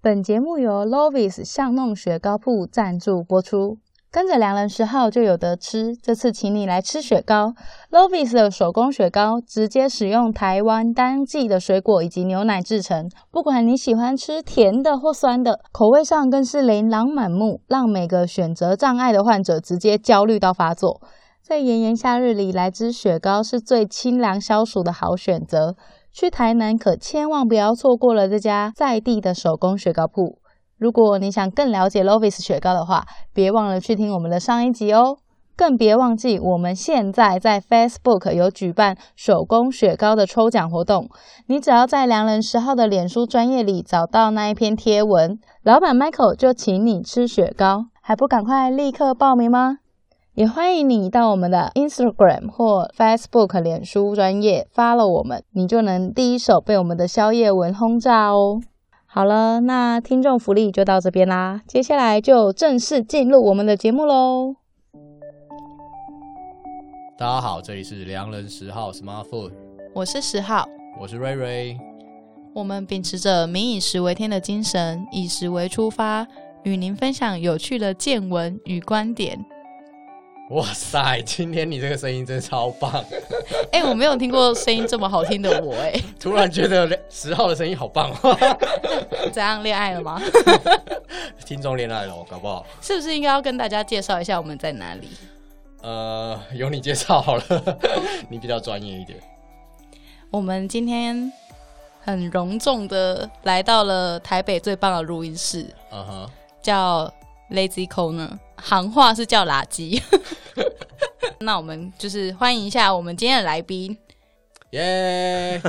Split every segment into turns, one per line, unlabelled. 本节目由 Lovis 巷弄雪糕铺赞助播出。跟着良人十号就有得吃，这次请你来吃雪糕。Lovis 的手工雪糕直接使用台湾当季的水果以及牛奶制成，不管你喜欢吃甜的或酸的，口味上更是琳琅满目，让每个选择障碍的患者直接焦虑到发作。在炎炎夏日里，来支雪糕是最清凉消暑的好选择。去台南可千万不要错过了这家在地的手工雪糕铺。如果你想更了解 Lovis 雪糕的话，别忘了去听我们的上一集哦。更别忘记，我们现在在 Facebook 有举办手工雪糕的抽奖活动，你只要在良人十号的脸书专业里找到那一篇贴文，老板 Michael 就请你吃雪糕，还不赶快立刻报名吗？也欢迎你到我们的 Instagram 或 Facebook 脸书专业 follow 我们，你就能第一手被我们的宵夜文轰炸哦。好了，那听众福利就到这边啦，接下来就正式进入我们的节目喽。
大家好，这里是良人十号 Smart Food，
我是十号，
我是瑞瑞。
我们秉持着“民以食为天”的精神，以食为出发，与您分享有趣的见闻与观点。
哇塞，今天你这个声音真超棒！
哎、我没有听过声音这么好听的我、哎诶，
突然觉得十号的声音好棒哦，
哎， 怎样恋爱了吗？
听众恋爱了，搞不好。
是不是应该要跟大家介绍一下我们在哪里？
呃，由你介绍好了， 你比较专业一点。
我们今天很隆重的来到了台北最棒的录音室，
嗯哼，
叫 Lazy Corner，行话是叫垃圾。 那我们就是欢迎一下我们今天的来宾，
耶！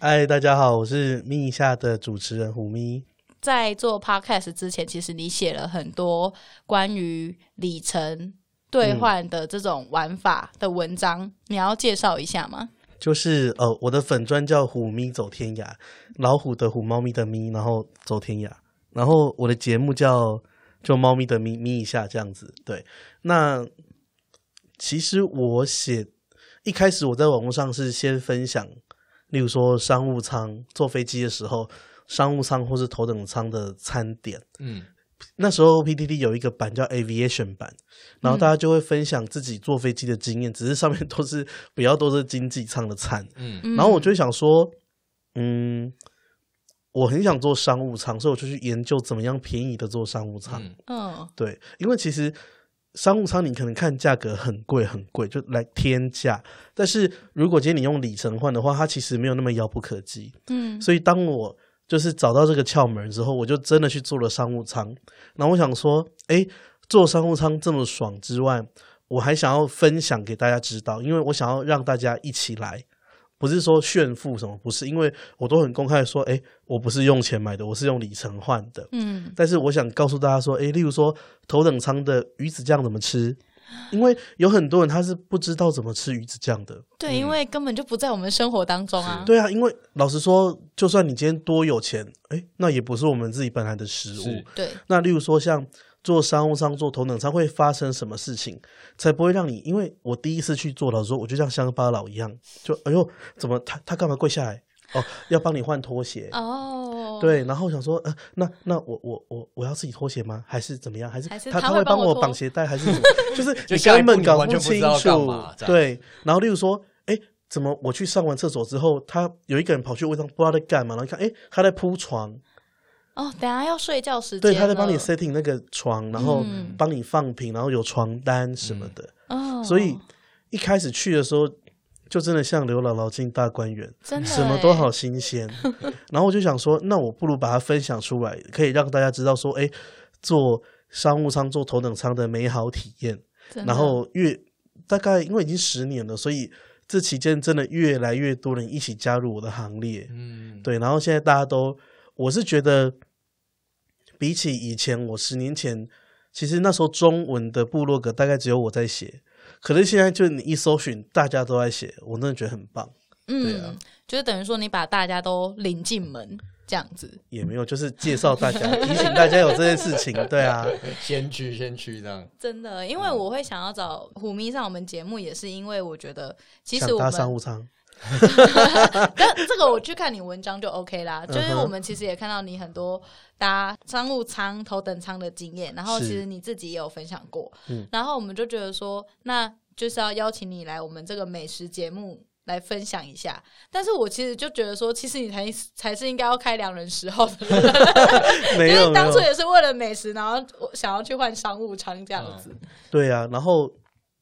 嗨，大家好，我是咪一下的主持人虎咪。
在做 podcast 之前，其实你写了很多关于里程兑换的这种玩法的文章，你要介绍一下吗？
就是呃，我的粉砖叫虎咪走天涯，老虎的虎，猫咪的咪，然后走天涯。然后我的节目叫就猫咪的咪咪一下这样子。对，那其实我写一开始我在网络上是先分享，例如说商务舱坐飞机的时候，商务舱或是头等舱的餐点。
嗯，
那时候 PTT 有一个版叫 Aviation 版，
嗯
然后大家就会分享自己坐飞机的经验， 只是上面都是比较多是经济舱的餐。
嗯，
嗯
然后我就想说，嗯，我很想做商务舱，所以我就去研究怎么样便宜的做商务舱。
嗯
嗯
对，因为其实商务舱你可能看价格很贵很贵，就来天价，但是如果今天你用里程换的话，它其实没有那么遥不可及。
嗯
所以当我就是找到这个窍门之后，我就真的去做了商务舱。然后我想说，哎，做商务舱这么爽之外，我还想要分享给大家知道，因为我想要让大家一起来，不是说炫富什么，不是，因为我都很公开地说，哎，我不是用钱买的，我是用里程换的。
嗯，
但是我想告诉大家说，诶，例如说头等舱的鱼子酱怎么吃，因为有很多人他是不知道怎么吃鱼子酱的。
对，因为根本就不在我们生活当中啊。
对啊，因为老实说，就算你今天多有钱，诶，那也不是我们自己本来的食
是
物。
对，
那例如说像做商务舱、做头等舱会发生什么事情，才不会让你？因为我第一次去做，老实说，我就像乡巴佬一样，就哎呦，怎么他他干嘛跪下来？哦，要帮你换拖鞋。
哦，
对，然后想说，呃，那那我我我我要自己脱鞋吗？还是怎么样？还是
还是
他
他
会
会帮
帮
我脱
绑鞋带，还是 什么就是
就
你
下一
根
步
本
你
搞
完全不知
清
道干
楚
嘛这样。
对，然后例如说，哎，怎么我去上完厕所之后，他有一个人跑去位上不知道在干嘛，然后一看，哎，他在铺床，
哦，等一下要睡觉时间了，
对，他在帮你 setting 那个床，然后
嗯
帮你放平，然后有床单什
嗯
么的。
哦，
所以一开始去的时候，就真的像刘姥姥进大观园，
真的
什么
欸
都好 新鲜。然后我就想说，那我不如把它分享出来，可以让大家知道说，哎，坐商务舱、坐头等舱的美好体验。
真的
然后越大概因为已经十年了，所以这期间真的越来越多人一起加入我的行列。
嗯，
对，然后现在大家都，我是觉得比起以前，我十年前其实那时候中文的部落格大概只有我在写，可是现在就你一搜寻，大家都在写，我真的觉得很棒。对啊
嗯，就是等于说你把大家都领进门这样子，
也没有，就是介 绍大家，提醒大家有这件事情，对啊，
先去先去这样，
真
嗯
的，因为我会想要找虎咪上我们节目，也是因为我觉得其
想
实我
搭商
们
务舱，
但这个我去看你文章就 OK 啦。就是
嗯哼
我们其实也看到你很多搭商务舱、头等舱的经验，然后
是
其实你自己也有分享过。
嗯
然后我们就觉得说，那就是要邀请你来我们这个美食节目。来分享一下，但是我其实就觉得说，其实你才才是应该要开两人十 号的人，
没
因
有
为
没
当初
有，
也是为了美食，然后我想要去换商务舱这样子。
嗯
对啊，然后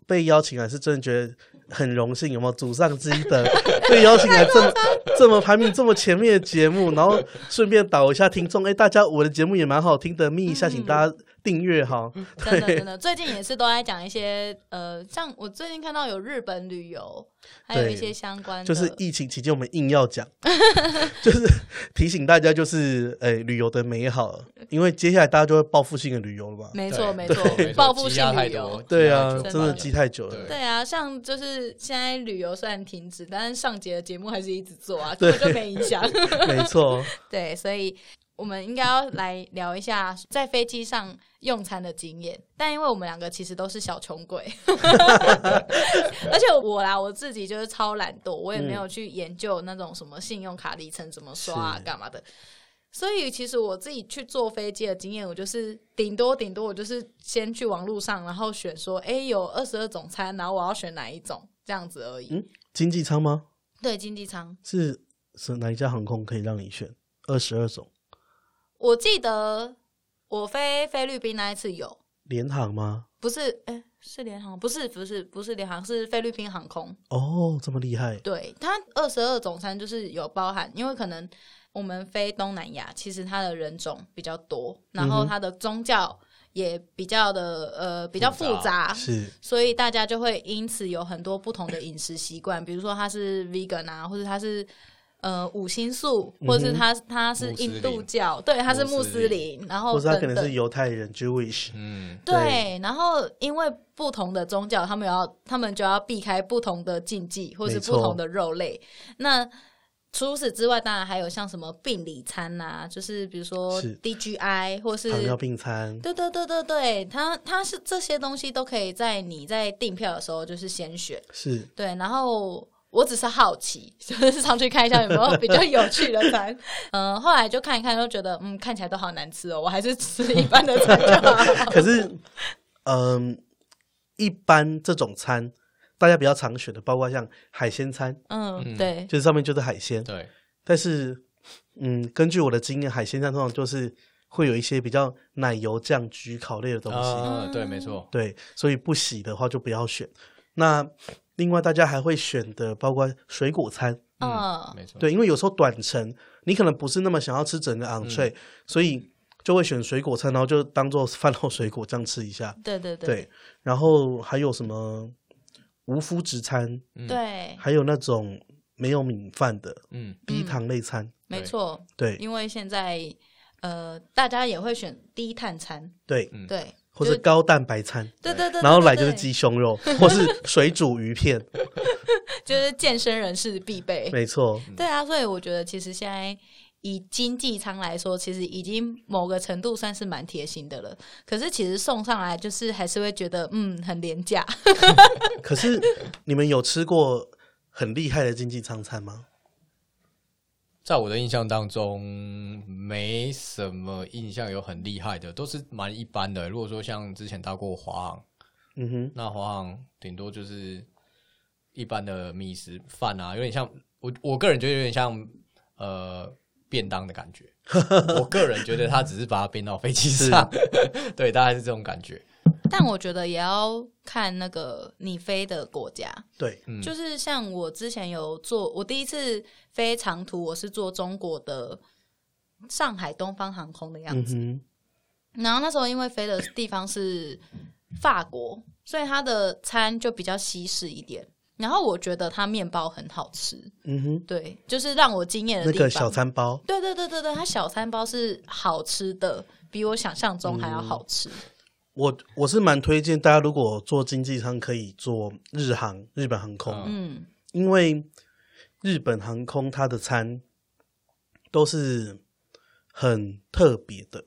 被邀请来是真的觉得很荣幸，有没有？祖上之 德被邀请来这么这么排名这么前面的节目，然后顺便导一下听众，哎，大家我的节目也蛮好听的，密一下，
嗯
请大家订阅哈。
真的真的，最近也是都在讲一些呃，像我最近看到有日本旅游，还有
对
一些相关的，
就是疫情期间我们硬要讲， 就是提醒大家，就是诶、旅游的美好，因为接下来大家就会报复性的旅游了嘛。
没
没
错没错， 报复
积
性
压太
旅
多
游。，
对
积
啊，
压太
真
多
的积太久了。
对
对啊，像就是现在旅游虽然停止，但是上节的节目还是一直做啊，根本就没影响。
没错，
对，所以我们应该要来聊一下在飞机上用餐的经验。但因为我们两个其实都是小穷鬼， 而且我啦，我自己就是超懒惰，我也
嗯
没有去研究那种什么信用卡里程怎么刷啊
是，
干嘛的。所以其实我自己去坐飞机的经验，我就是顶多顶多我就是先去网络上，然后选说，哎，有二十二种餐，然后我要选哪一种这样子而已。
嗯经济舱吗？
对，经济舱。
是是哪一家航空可以让你选二十二种
我记得我飞菲律宾那一次有，
联航吗？
不是，哎、是联航，不是，不是，不是联航，是菲律宾航空。
哦，这么厉害，
对，它二十二种餐就是有包含，因为可能我们飞东南亚，其实它的人种比较多，然
嗯
后
哼
它的宗教也比较的呃比较复
复
杂，
是
所以大家就会因此有很多不同的饮食习惯，比如说它是 vegan 啊，或者它是呃五星素，或者是它它是
嗯穆斯
印度
林
教，对，它是
穆
穆
斯
斯
林
林，然后
或者他可
等
能
等
是犹太人 Jewish，
嗯，
对，然后因为不同的宗教，他们要他们就要避开不同的禁忌，或是
没
不
错
同的肉类。那除此之外，当然还有像什么病理餐呐、就是比如说
是
DGI 或是
糖尿病餐，
对对对对对，它它是这些东西都可以在你在订票的时候就是先选。
是
对，然后我只是好奇，就是上去看一下有没有比较有趣的餐。嗯，后来就看一看，就觉得嗯，看起来都好难吃哦，我还是吃一般的餐就好。
可是， 嗯、一般这种餐大家比较常选的，包括像海鲜餐，
嗯，
嗯
对，
就是上面就是海鲜。
对，
但是，嗯，根据我的经验，海鲜餐通常就是会有一些比较奶油酱、焗烤类的东西，
啊，对，没错，
对，所以不洗的话就不要选。那另外大家还会选的包括水果餐，
嗯，
没错，
对，因为有时候短程你可能不是那么想要吃整个
嗯
entree，、所以就会选水果餐，然后就当做饭后水果这样吃一下。
对对对
对，然后还有什么无麸质餐，
嗯
对
还有那种没有米饭的
嗯，
低糖类餐，
没错，
对
因为现在呃，大家也会选低碳餐，
对，
嗯
对，
或
就
者高蛋白餐，
对对对，
然后
对
来就是，
对
鸡胸肉或是水煮鱼 片，
就是健身人士必备，
没错，
对啊，所以我觉得其实现在。以经济舱来说，其实已经某个程度算是蛮贴心的了。可是其实送上来，就是还是会觉得嗯很廉价。
可是你们有吃过很厉害的经济舱餐吗？
在我的印象当中，没什么印象有很厉害的，都是蛮一般的。如果说像之前搭过华航，
嗯哼，
那华航顶多就是一般的米食饭啊，有点像我我个人觉得有点像呃便当的感觉。我个人觉得他只是把它变到飞机上， 对，大概是这种感觉。
但我觉得也要看那个你飞的国家，
对，
嗯，
就是像我之前有做，我第一次飞长途，我是坐中国的上海东方航空的样
嗯
子。
哼，
然后那时候因为飞的地方是法国，所以它的餐就比较西式一点。然后我觉得它面包很好吃，
嗯哼，
对，就是让我惊艳的
那
地方。
个小餐包，
对对对对对，它小餐包是好吃的，比我想象中还
嗯
要好吃。
我我是蛮推荐大家，如果做经济舱可以做日航、日本航空，
嗯
嗯，
因为日本航空它的餐都是很特别的，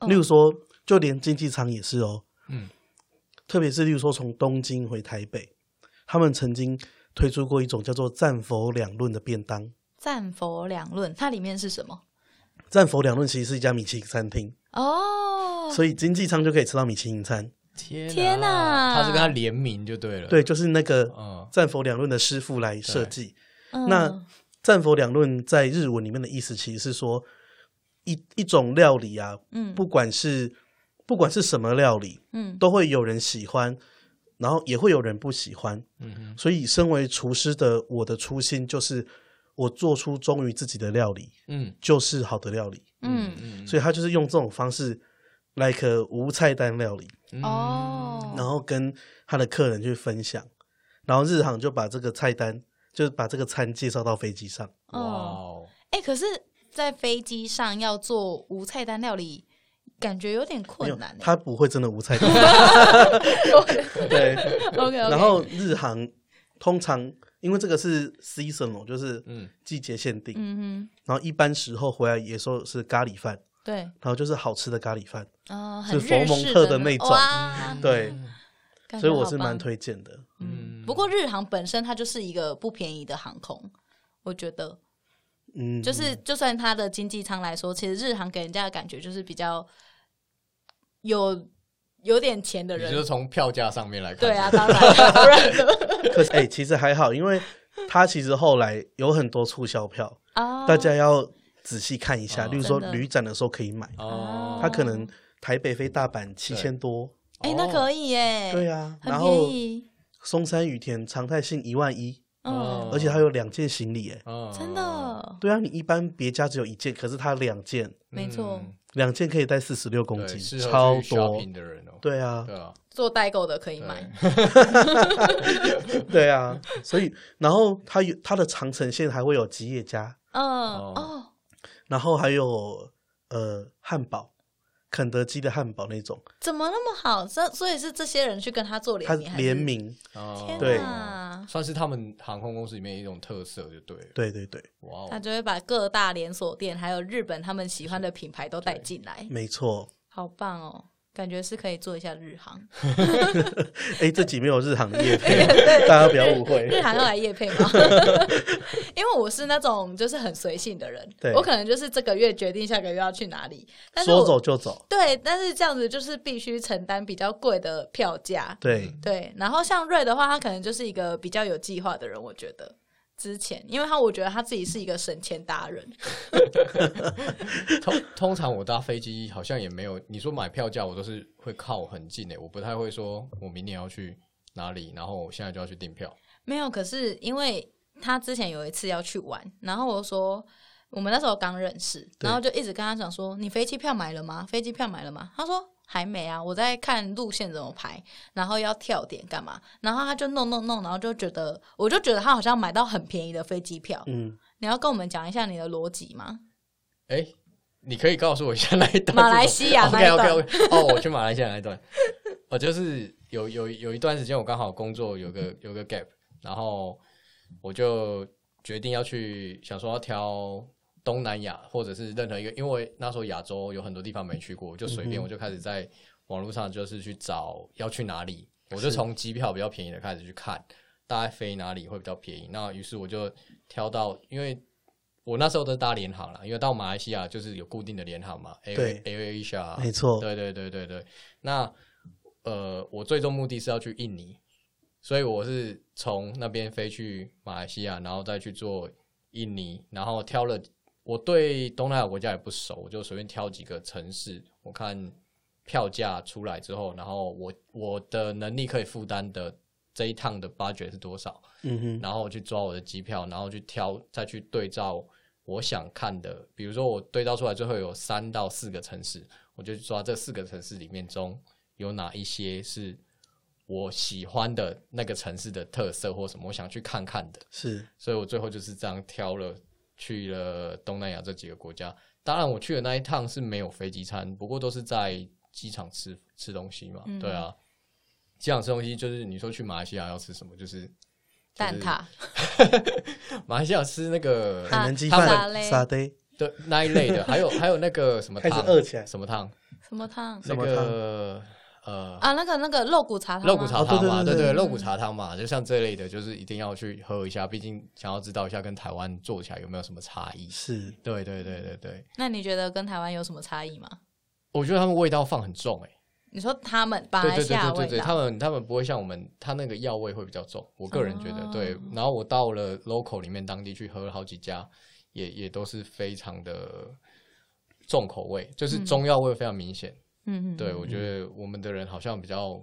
嗯
例如说，就连经济舱也是哦，
嗯，
特别是例如说从东京回台北，他们曾经推出过一种叫做“战佛两论”的便当。
战佛两论，它里面是什么？
“战佛两论”其实是一家米其林餐厅，
哦，
所以经济舱就可以吃到米其林餐。
天
天哪
他是跟他联名就对了。
对，，就是那个
嗯
“战佛两论”的师傅来设计。
嗯
那“战佛两论”在日文里面的意思其实是说，一一种料理啊，
嗯
不管是不管是什么料理，
嗯
都会有人喜欢，然后也会有人不喜欢。
嗯哼，
所以，身为厨师的我的初心就是，我做出忠于自己的料理
嗯
就是好的料理。
嗯
嗯
嗯，
所以他就是用这种方式，like 无菜单料理，
嗯
哦，
然后跟他的客人去分享，然后日航就把这个菜单，就是把这个餐介绍到飞机上。
哇
嗯，
哦，
哎，可是，在飞机上要做无菜单料理，感觉有点
没有
困 难欸。
他不会真的无 菜单。对，
OK，
然后日航通常因为这个是 seasonal，就是
嗯
季节限定，
嗯
然后一般时候回来也说是咖喱饭，
哼，对，
然后就是好吃的咖喱饭。
啊，
是
很
佛
日
蒙
式
特
的
的那种
哇，
对，
感
所以
觉
我
好
是蛮
棒
推荐的。
嗯，
不过日航本身它就是一个不便宜的航空，我觉得，
嗯，
就是就算它的经济舱来说，其实日航给人家的感觉就是比较有有点钱的
你就是
人。
从票价上面来看，
对啊，当 然，当然的
可是哎、其实还好，因为它其实后来有很多促销票，
啊，
大家要仔细看一下。
哦
例如说
真的
旅展的时候可以买，
哦，
它可能台北飞大阪七千多，
啊哎，那可
以，
以耶，
哦对，啊，
很便
然后
宜，
松山羽田常态性一万一，
哦
嗯，
而且它有两件行李哎、
嗯
真的，
对啊，你一般别家只有一件，可是它两件，
没错
嗯
两件可以带四十六公
对
斤，
适合
超
去
多。
shopping 的人哦，
对啊，
对啊，
做代购的可以
对
买，
对啊，所以然后它有它的长城线还会有吉野家，
嗯
哦
哦，
然后还有呃汉堡，肯德基的汉堡那种，
怎么那么好？这所以是这些人去跟他做
它
联名还是，
联名，
哦
天
对
哪
算是他们航空公司里面一种特色，就对了。
对对对，
哇
他
哦，
就会把各大连锁店还有日本他们喜欢的品牌都带进来，
没错。
好棒哦！感觉是可以做一下日航，
哎，这集没有日航的 夜配，大家不要误会。
日航要来夜配吗？因为我是那种就是很随性的人
对，
我可能就是这个月决定下个月要去哪里，但是
说走
我
就走，
对，但是这样子就是必须承担比较贵的票价，
对，
对，然后像瑞的话，他可能就是一个比较有计划的人，我觉得。之前，因为他我觉得他自己是一个省钱达人，
通通常我搭飞机好像也没有，你说买票价我都是会靠很近欸的，我不太会说我明年要去哪里，然后我现在就要去订票。
没有。可是因为他之前有一次要去玩，然后我说我们那时候刚认识，
对
然后就一直跟他讲说：“你飞机票买了吗？飞机票买了吗？”他说：“还没啊，我在看路线怎么排，然后要跳点干嘛。”然后他就弄弄弄，然后就觉得我就觉得他好像买到很便宜的飞机票。
嗯，
你要跟我们讲一下你的逻辑 吗？
哎、你可以告诉我一下那一段是什么？
马来西亚那
哦 OK
一
OK
段
OK。哦，我去马来西亚那一段， 我就是有有有一段时间我刚好工作有个有个 gap，然后我就决定要去想说要挑东南亚或者是任何一个，因为那时候亚洲有很多地方没去过，我就随便
嗯哼
我就开始在网络上就是去找要去哪里，我就是从机票比较便宜的开始去看，大概飞哪里会比较便宜。那于是我就挑到，因为我那时候都是搭联航啦，因为到马来西亚就是有固定的联航嘛，Air
对
Air Asia，啊
没错，
对对对对对。那呃，我最终目的是要去印尼，所以我是从那边飞去马来西亚，然后再去做印尼，然后挑了我对东南亚国家也不熟，我就随便挑几个城市，我看票价出来之后，然后我我的能力可以负担的这一趟的 budget 是多少，
嗯哼，
然后我去抓我的机票，然后去挑，再去对照我想看的。比如说，我对照出来最后有三到四个城市，我就去抓这四个城市里面中有哪一些是我喜欢的那个城市的特色或什么，我想去看看的。
是，
所以我最后就是这样挑了去了东南亚这几个国家。当然，我去的那一趟是没有飞机餐，不过都是在机场吃吃东西嘛。
嗯
对啊，机场吃东西就是你说去马来西亚要吃什么，就是
蛋挞，
马来西亚吃那个
海
啊
南鸡
他们
饭、沙
沙
爹，
对 那一类的，还有还有那个什么
开始
汤，
饿起来
什么汤，
什么汤？
什么
那个呃
啊，那个那个肉骨茶汤吗，
肉骨茶
哦对
汤
对
嘛，
对
对对，
对
肉骨茶汤嘛，就像这类的，就是一定要去喝一下，毕竟想要知道一下跟台湾做起来有没有什么差异。
是
对对对对对，
那你觉得跟台湾有什么差异吗？
我觉得他们味道放很重哎、
你说他们马
对
来
对
西
对
亚
对
味
对
道，
对，他们他们不会像我们，他那个药味会比较重，我个人觉得、
哦
对。然后我到了 local 里面当地去喝了好几家，也也都是非常的重口味，就是
嗯
中药味非常明显。
嗯嗯，
对我觉得我们的人好像比较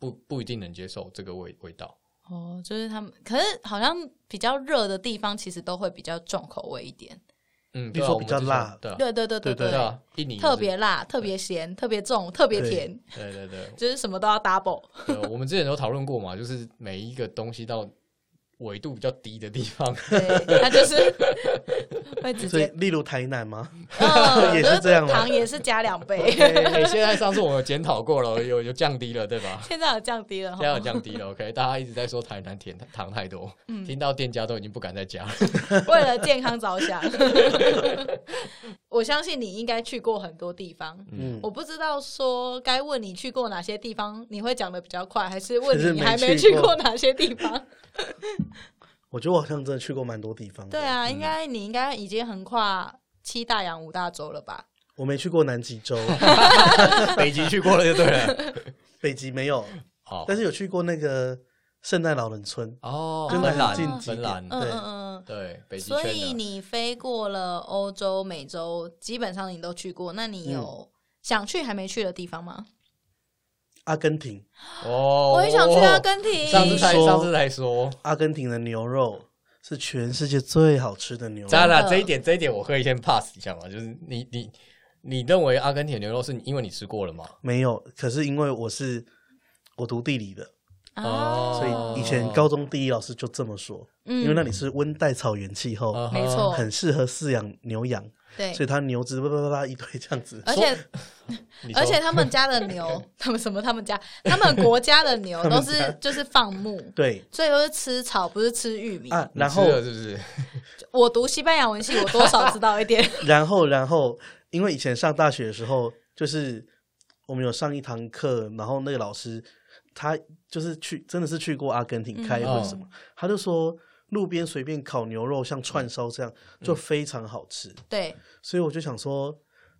不不一定能接受这个味味道。
哦，就是他们，可是好像比较热的地方，其实都会比较重口味一点。
嗯，
比
比
如说比较辣
对啊
对对对对
对啊，印尼就是
特别辣、特别咸、特别重、特别
对
甜，
对对对
就是什么都要 double。
对，我们之前有讨论过嘛，就是每一个东西到纬度比较低的地方，
对，他就是 会直
所以
接，
例如台南 吗？
嗯，
也
就是
这样吗
糖也是加两倍，
哎，现在上次我们有检讨过了，有有降低了，对吧？
现在有降低了
现在有
哈。
降低了，OK。大家一直在说台南甜糖太多，
嗯
听到店家都已经不敢再加了。
为了健康着想， 我相信你应该去过很多地方。
嗯，
我不知道说该问你去过哪些地方，你会讲的比较快，还是问
还是
你你
没
还没去
去过
过哪些地方？
我觉得我好像真的去过蛮多地方的。
对，啊，应该你应该已经横跨七大洋五大洲了吧？
我没去过南极 洲，
北极去过了就对了。
北极没有，
好
但，是有去过那个圣诞老人村。
哦，
真
的
芬
很近
兰，
几
芬
点
兰，
嗯
对
嗯嗯。
对，北极
所
圈
以
的。
你飞过了欧洲、美洲，基本上你都去过。那你有想去还没去的地方吗？
阿根廷，
哦，
我也想去啊阿根廷。
上次才
说
上次才说，
阿根廷的牛肉是全世界最好吃的牛肉。
当然
的
这一点这一点我可以先 pass 一下嘛，就是你你你认为阿根廷的牛肉是因为你吃过了吗？
没有，可是因为我是我读地理的，
啊，
哦所以以前高中地理老师就这么说，因为那
嗯，
里是温带草原气候，
嗯哼
没错
很适合饲养牛羊，
对哎
所以。它牛只叭叭叭叭一堆这样子。
而且
你说
而且他们家的牛，他们什么？他们家他们国家的牛
他们
都
家
是就是放牧，
对
所以都是吃草，不是吃玉米。
啊，
你
然后
吃了是不是？
我读西班牙文系，我多少知道一 点。
然后，然后，因为以前上大学的时候，就是我们有上一堂课，然后那个老师他就是去，真的是去过阿根廷开会什么，
嗯
他就说路边随便烤牛肉，像串烧这样，
嗯
就非常好吃。
对，
所以我就想说，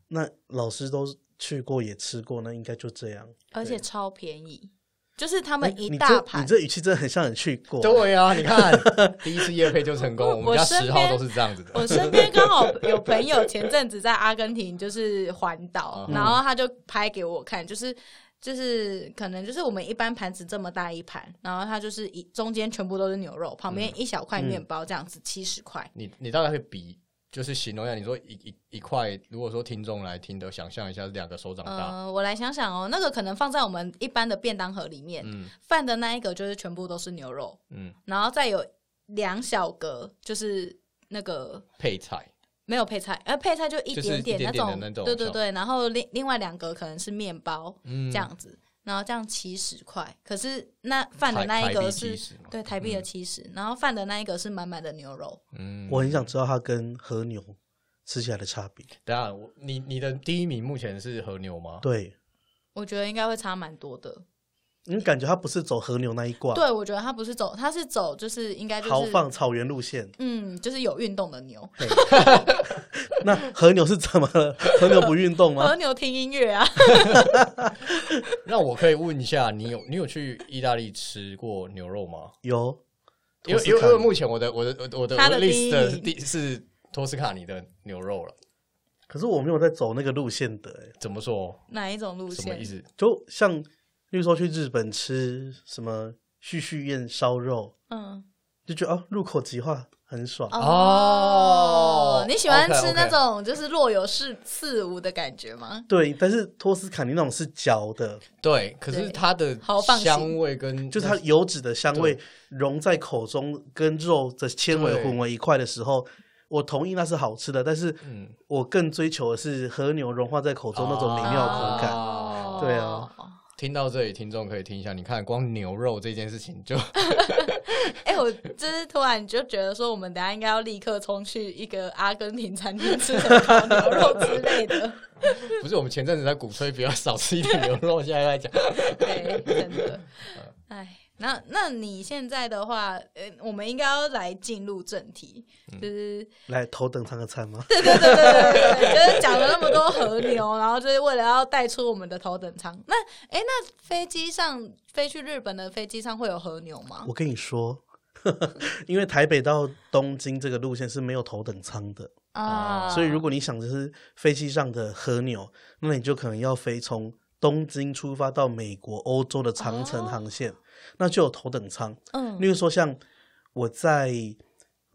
那老师都去过也吃过，那应该就这样。
而且超便宜，就是他
哎
们一
你
大
这
盘
你。这语气真的很像你去 过。
对啊，你看 第一次夜配就成功，
我
我们家
我身
十号
边
都是这样子的。
我身边刚好有朋友前阵子在阿根廷就是环
啊
岛，
嗯
然后他就拍给我看，就是。就是可能就是我们一般盘子这么大一盘，然后它就是一中间全部都是牛肉，旁边一小块面
嗯
包这样子，七十块。
你你大概会比就是形容一下，你说一一一块，如果说听众来听的，想象一下是两个手掌大，
嗯，我来想想哦，那个可能放在我们一般的便当盒里面，
嗯
饭的那一个就是全部都是牛肉，
嗯，
然后再有两小格就是那个
配菜，
没有配菜，呃，配菜就一
就是
点
一点点
种，
的那种
对对
小
对。然后另另外两格可能是面包、
嗯，
这样子，然后这样七十块。可是那饭的
台
那一
台
格
币
是
70嘛
对台币的七十、然后饭的那一格是满满的牛肉。
嗯，
我很想知道它跟和牛吃起来的差别。
等一下我你你的第一名目前是和牛吗？
对，
我觉得应该会差蛮多的。
你感觉它不是走和牛那一挂，
对，我觉得它不是走，它是走就是应该就
豪
是
放草原路线。
嗯，就是有运动的牛。
那和牛是怎么了？和牛不运 动
和
吗？
牛听音乐啊，
那我可以问一下，你有你有去意大利吃过牛肉吗？
有，
因为因为因为目前我的我的我的我的
他的
我的
第
list
一
的
名
第是托斯卡尼的牛肉了。
可是我没有在走那个路线的、欸，
怎么说？
哪一种路
什么意
线？
思？
就像例如说去日本吃什么旭旭宴烧肉，
嗯，
就觉得哦入口即化，很爽。
哦
你喜欢
OK，OK
吃那种就是若有似似无的感觉吗？
对，但是托斯卡尼那种是嚼的，
对，可是
对
它的
豪放型
香味跟
就是它油脂的香味融在口中，跟肉的纤维
对
混为一块的时候，我同意那是好吃的，但是
嗯
我更追求的是和牛融化在口中那种美妙的口感。
哦
对啊，
听到这里，听众可以听一下，你看光牛肉这件事情就
哎、我就是突然就觉得说，我们等一下应该要立刻冲去一个阿根廷餐厅吃烤牛肉之类 的。
不是我们前阵子在鼓吹不要少吃一点牛肉，现在在讲
对，真的，哎。那那你现在的话，呃，我们应该要来进入正题，
嗯
就是、
来头等上个餐吗？
对对对对对对对，就是讲了那么多和牛，然后就是为了要带出我们的头等舱。那哎，那飞机上飞去日本的飞机上会有和牛吗？
我跟你说， 因为台北到东京这个路线是没有头等舱的，
啊
所以如果你想的是飞机上的和牛，那你就可能要飞从东京出发到美国、欧洲的长
哦
城航线，那就有头等舱。
嗯
例如说，像我在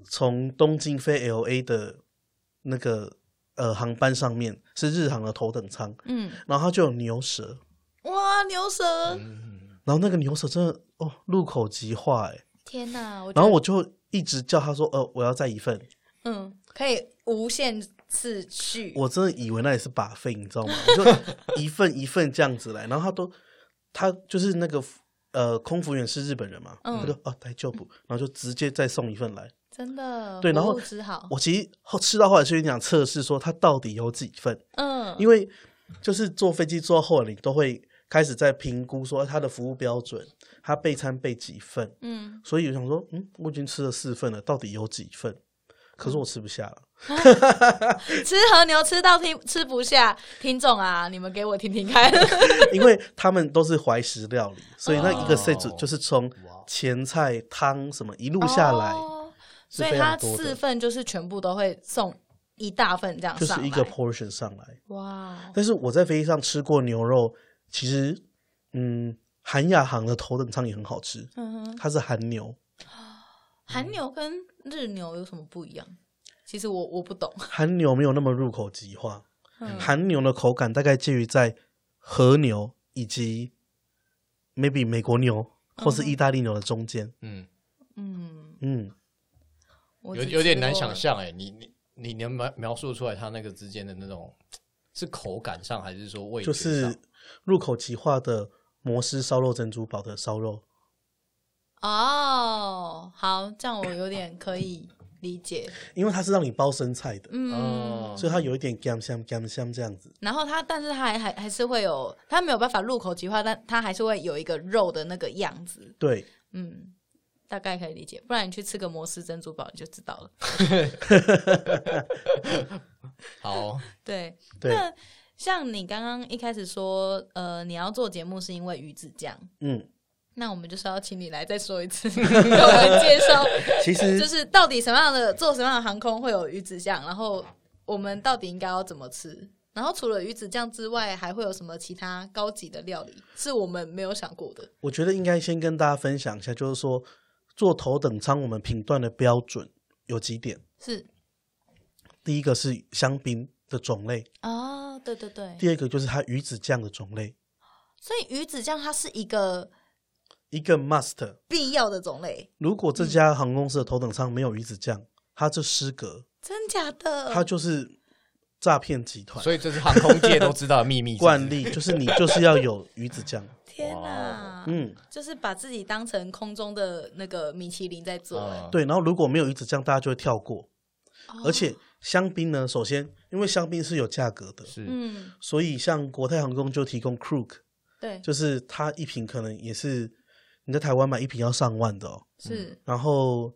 从东京飞 L A 的那个呃航班上面是日航的头等舱，
嗯，
然后它就有牛舌，
哇，牛舌！
然后那个牛舌真的哦入口即化哎，
天哪，我觉得
然后我就一直叫他说呃我要再一份，
嗯，可以无限次续。
我真的以为那里是把费，你知道吗？我就一份一份这样子来，然后他都他就是那个呃空服员是日本人嘛，
嗯
他就啊来就补，然后就直接再送一份来。
真的
对然后
服务之好，
我其实后吃到后来是有点想测试说他到底有几份，
嗯，
因为就是坐飞机坐到后来你都会开始在评估说他的服务标准，他备餐备几份，
嗯，
所以我想说嗯我已经吃了四份了，到底有几份？可是我吃不下了。
吃和牛吃到听吃不下，听众啊，你们给我听听看。
因为他们都是怀石料理，所以那一个
哦
set 就是从
哇哦
前菜、汤什么一路下来，
哦
是
所以
非
他
常多的
四份就是全部都会送一大份这样
就
上
是
来，
一个 portion 上来。
哇，哦
但是我在飞机上吃过牛肉，其实，嗯，韩亚航的头等舱也很好吃，
嗯哼，
它是韩牛，
韩牛跟日牛有什么不一样？其实我我不懂，
韩牛没有那么入口即化，
嗯
韩牛的口感大概介于在和牛以及 maybe 美国牛或是
嗯
意大利牛的中间。
嗯，
嗯，
嗯，
我
有
只
有点
吃
难
过
想象哎，你你你能描描述出来它那个之间的那种是口感上还是说味觉
就
上
是入口即化的摩斯烧肉珍珠堡的烧肉。
哦，好，这样我有点可以理解，
因为它是让你包生菜的，
嗯
哦，
所以它有一点干香干香这样子。
然后它，但是它还还还是会有，它没有办法入口即化，但它还是会有一个肉的那个样子，
对，
嗯，大概可以理解。不然你去吃个摩斯珍珠堡你就知道了。
好
对，
对
那像你刚刚一开始说，呃，你要做节目是因为鱼子酱，
嗯，
那我们就是要请你来再说一次， 给我们介绍，
其实
就是到底什么样的做什么样的航空会有鱼子酱，然后我们到底应该要怎么吃。然后除了鱼子酱之外，还会有什么其他高级的料理是我们没有想过的？
我觉得应该先跟大家分享一下，就是说做头等舱我们评断的标准有几点。
是
第一个是香槟的种类，
啊、对对对，
第二个就是它鱼子酱的种类，
所以鱼子酱它是一个
一个 must。
必要的种类，
如果这家航空公司的头等舱没有鱼子酱，它就失格，
真假的？
它就是诈骗集团。
所以这是航空界都知道的秘密
惯例就是你就是要有鱼子酱，
天哪！
嗯，
就是把自己当成空中的那个米其林在做、
啊
哎、
对。然后如果没有鱼子酱，大家就会跳过。
哦
啊而且香槟呢，首先因为香槟是有价格的，
是
嗯，
所以像国泰航空就提供 Crook，
对，
就是它一瓶可能也是你在台湾买一瓶要上万的哦。
是
然后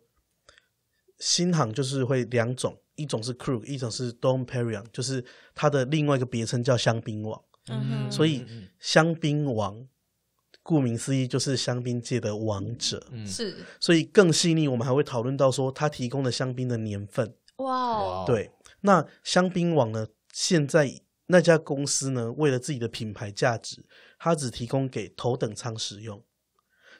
新航就是会两种，一种是 Crook，一种是 Dom Perignon，就是它的另外一个别称叫香槟王。
嗯哼
所以香槟王，顾名思义就是香槟界的王者。
嗯
是
所以更细腻，我们还会讨论到说它提供的香槟的年份。
哇哦，
哇
对，那香槟网呢，现在那家公司呢，为了自己的品牌价值，它只提供给头等舱使用。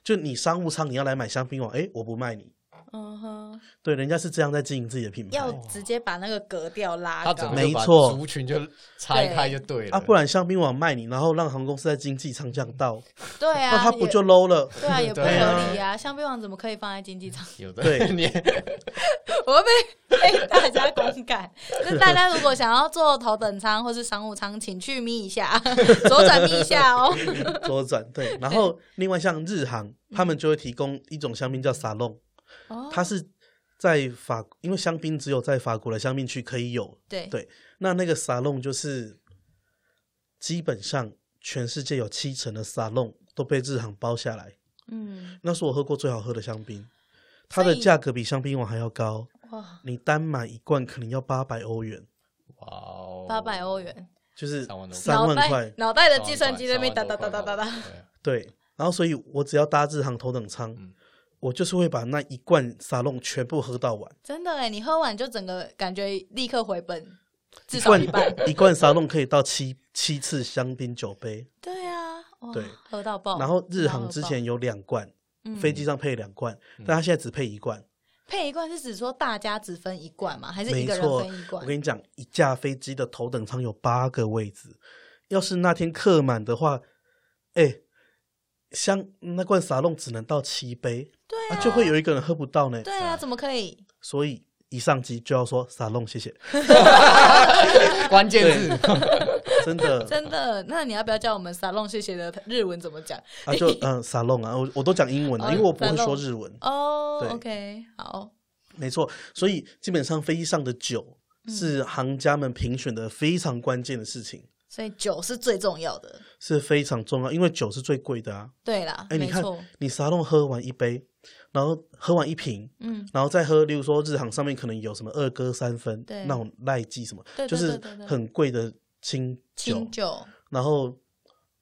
就你商务舱你要来买香槟网，哎，我不卖你，
嗯哼，
对，人家是这样在经营自己的品牌
要直接把那个格调拉
他整
高
个。
没
把
错
族群就拆开就对了。
啊，不然香槟网卖你，然后让航空公司在经济舱降到，
对
那
啊，
他不
也
就 low 了？
对啊，也不
对啊
合理啊！香槟王怎么可以放在经济舱？
有的
对
你
我会被被大家公干。 就是大家如果想要坐头等舱或是商务舱，请去眯一下， 左转眯一下 哦。
左转对，然后另外像日航，他们就会提供一种香槟叫沙龙，
哦
它是在法，因为香槟只有在法国的香槟区可以有，
对
对那那个沙龙就是基本上全世界有七成的沙龙都被日航包下来，
嗯，
那是我喝过最好喝的香槟，它
所
的
以
价格比香槟王还要高，
哇，
你单买一罐可能要八百欧元，
哇哦，
八百欧元，
就是
三万多
三
脑
万块
袋，脑袋
三
的
万多块，
计算机在那边哒
三
哒
万
哒
多
哒
块
哒哒。
对啊
对，然后所以我只要搭日航头等舱，
嗯
我就是会把那一罐沙龙全部喝到完。
真的哎，你喝完就整个感觉立刻回本，至
一
少
罐
一 半。
一罐沙龙可以到七七次香槟酒杯，
对啊，哇
对，
喝到爆。
然后日
喝
航
到
之
爆
前有两罐，
嗯
飞机上配两罐，但他现在只配一罐。
配一罐是指说大家只分一罐吗？还是一
没
个人
错
分一，
我
罐？
跟你讲，一架飞机的头等舱有八个位置，要是那天客满的话，哎，像那罐沙龙只能到七杯，
对
啊，就会有一个人喝不到呢。
对啊，怎么可以？
所以一上机就要说沙龙，谢谢，
关键 字
真的
真的？那你要不要教我们沙龙谢谢的日文怎么讲？
啊，就嗯沙龙啊，我我都讲英文的，
哦
因为我不会
沙
说
龙
日文。
哦、
对
o k 好，
没错，所以基本上飞机上的酒
嗯
是行家们评选的非常关键的事情，
所以酒是最重要的。
是非常重要，因为酒是最贵的啊。
对啦，
哎，你
没
看
错，，
你沙龙喝完一杯，然后喝完一瓶，
嗯，
然后再喝，例如说日航上面可能有什么二哥三分
对
那种赖记什么，
对对
就是
对对对
很贵的清酒，
清酒，
然后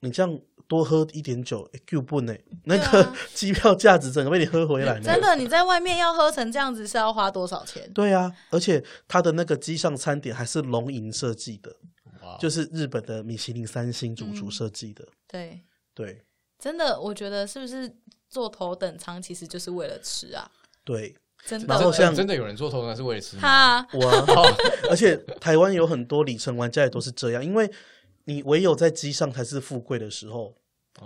你这样。多喝一点酒，哎就不呢？那
对
个
啊
机票价值整个被你喝回来呢。
真的，你在外面要喝成这样子是要花多少钱？
对啊，而且它的那个机上餐点还是龙吟设计的，
哇
哦
就是日本的米其林三星主厨设计
嗯
的。
对，
对
真的，我觉得是不是坐头等舱其实就是为了吃啊？
对，
真的，
然后像
真的有人做头等是为了吃吗
他、啊、。
我啊、 而且台湾有很多里程玩家也都是这样，因为你唯有在机上才是富贵的时候。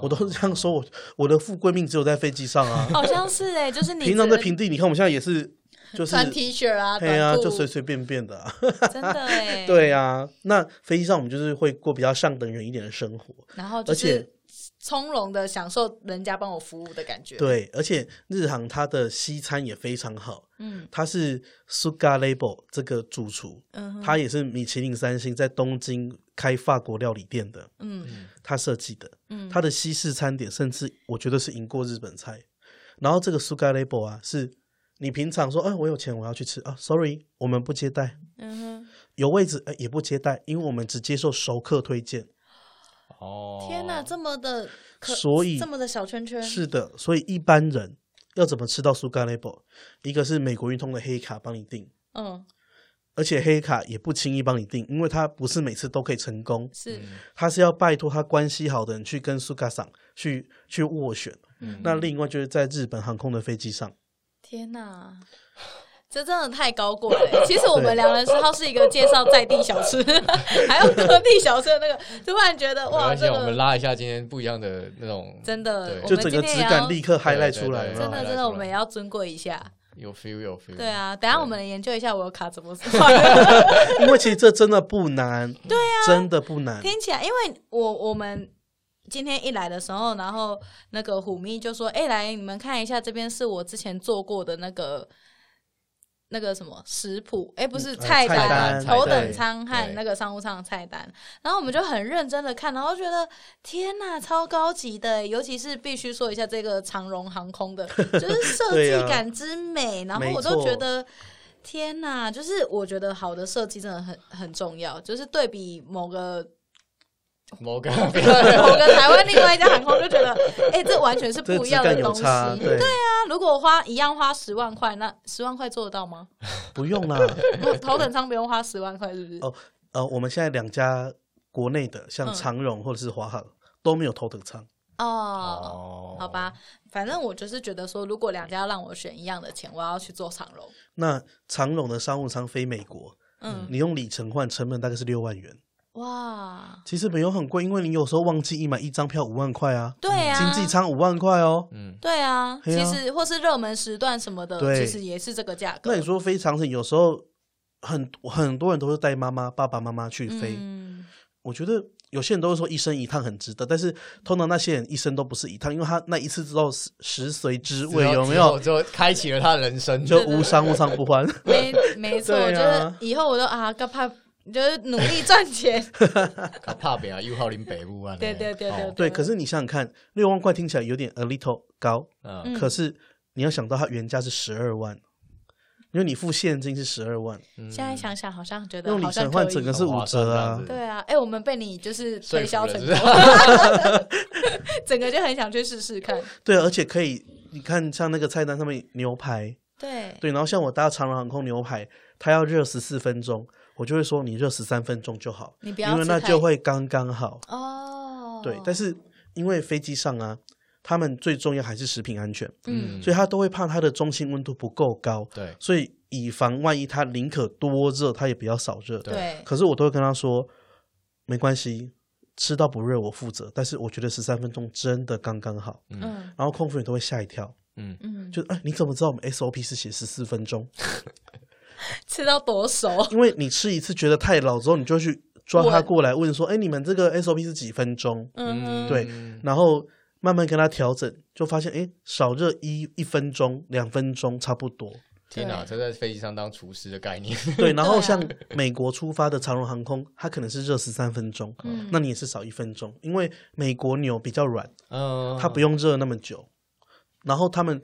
我都是这样说，我我的富贵命只有在飞机上啊
好像是哎、就是 你
平常在
只能
平地，你看我们现在也是，就是
穿 T 恤啊，
对啊，
短裤
就随随便便的、啊。
真的哎、
对啊，那飞机上我们就是会过比较上等人一点的生活。
然后就
而且
是从容的享受人家帮我服务的感觉。，
对，而且日航它的西餐也非常好，
嗯
他是 Suga Label 这个主厨，
嗯哼
他也是米其林三星在东京开法国料理店的，
嗯
他设计的，
嗯，
他的西式餐点甚至我觉得是赢过日本菜。然后这个 Suga Label 啊，是你平常说，哎、我有钱我要去吃啊，Sorry，我们不接待，
嗯
有位置哎、也不接待，因为我们只接受熟客推荐。
哦
哼，，天哪，这么的可，
所以
这么的小圈圈
是的，所以一般人要怎么吃到 Suga Label？一个是美国运通的黑卡帮你订。
嗯，
而且黑卡也不轻易帮你定，因为他不是每次都可以成功，
是，
他是要拜托他关系好的人去跟苏卡桑去去斡旋。
嗯
那另外就是在日本航空的飞机上，
天哪。这真的太高贵了欸、 其实我们良人十号是一个介绍在地小吃，还有各地小吃的那个，突然觉得
没
哇，
关系
这
啊，我们
个
拉一下今天不一样的那种
真的
对，
我
就
们
整
今
个
天
质
也要
感立刻
对对
highlight 出来
对
真
了。
的
来
真
出来
的，我们也要尊贵一下。
有 feel 有 feel。
对，啊，等一下
对
我们来研究一下，我有卡怎么算。
因为其实这真的不难，对啊，真的不难。
听起来，因为我我们今天一来的时候，然后那个虎咪就说：“哎、来你们看一下，这边是我之前做过的那个那个什么食谱，哎、不是
嗯呃
菜
菜
单、
单
头
菜单
等舱和
对
那个商务舱的菜单。”然后我们就很认真的看，然后觉得天呐，超高级的！尤其是必须说一下这个长荣航空 的，就是设
对
计
啊
感之美，然后
没
我都觉
错
得。天呐，就是我觉得好的设计真的很很重要，就是对比某个
某个
啊 某个台湾另外一家航空就觉得，哎、这完全是
这
不一
质
样的
感有
东西。啊
差，对，
那如果花一样花十万块，那十万块做得到吗？
不用啦。
我头等舱不用花十万块，是不是？
哦呃，我们现在两家国内的，像
嗯
长荣或者是华航都没有头等舱，
哦。
哦
好，吧，反正我就是觉得说，如果两家要让我选一样的钱，我要去做长荣。
那长荣的商务舱飞美国，
嗯，
你用里程换，成本大概是六万元，
哇，
其实没有很贵，因为你有时候忘记一买一张票五万块啊，
对啊，
经济舱五万块哦。
嗯，
对啊，
嘿
其
啊
实或是热门时段什么的，其
对
实也是这个价格。
那你说飞长城，有时候很很多人都是带妈妈、爸爸妈妈去飞，
嗯，
我觉得有些人都会说一生一趟很值得，但是通常那些人一生都不是一趟，因为他那一次知道食食髓知味，有没有？
就开启了他的人生？
就无伤无伤不欢。
没没错，我
对啊
觉得以后我都啊，干怕就是努力赚钱。
卡帕比啊，又号林北部啊，
对对对对
哦
对，可是你想想看，六万块听起来有点 a little 高，
嗯
嗯
可是你要想到它原价是十二万，因为你付现金是十二万，
嗯
现在想想，好像觉得
用里
好像
程
可
换
以。
整个是
很
五折啊
划算这样。子
对啊，哎、我们被你就是推销成
说
功
服，
整个就很想去试试看。
对，而且可以，你看像那个菜单上面牛排，
对，
对，然后像我搭长荣航空牛排，它要热十四分钟，我就会说你热十三分钟就好，
你不要
因为
吃
那
太
就会刚刚好。
哦，
对，但是因为飞机上啊，他们最重要还是食品安全，
嗯，
所以他都会怕它的中心温度不够高，
对，
所以以防万一它宁可多热，它也不要少热。
对，
可是我都会跟他说，没关系，吃到不热我负责，但是我觉得十三分钟真的刚刚好。
嗯
嗯
然后空服员都会吓一跳，
嗯，
嗯，
就哎，你怎么知道我们 SOP 是写十四分钟？
吃到多熟，
因为你吃一次觉得太老之后，你就去抓他过来问说，哎，你们这个 SOP 是几分钟？
嗯，
对然后慢慢跟他调整，就发现哎，少热一一分钟、两分钟差不多。
天哪，
对
这在飞机上当厨师的概 念，
对，
对
然后
啊
像美国出发的长荣航空，它可能是热十三分钟，
嗯
那你也是少一分钟，因为美国牛比较软，
嗯，
它不用热那么久。然后他们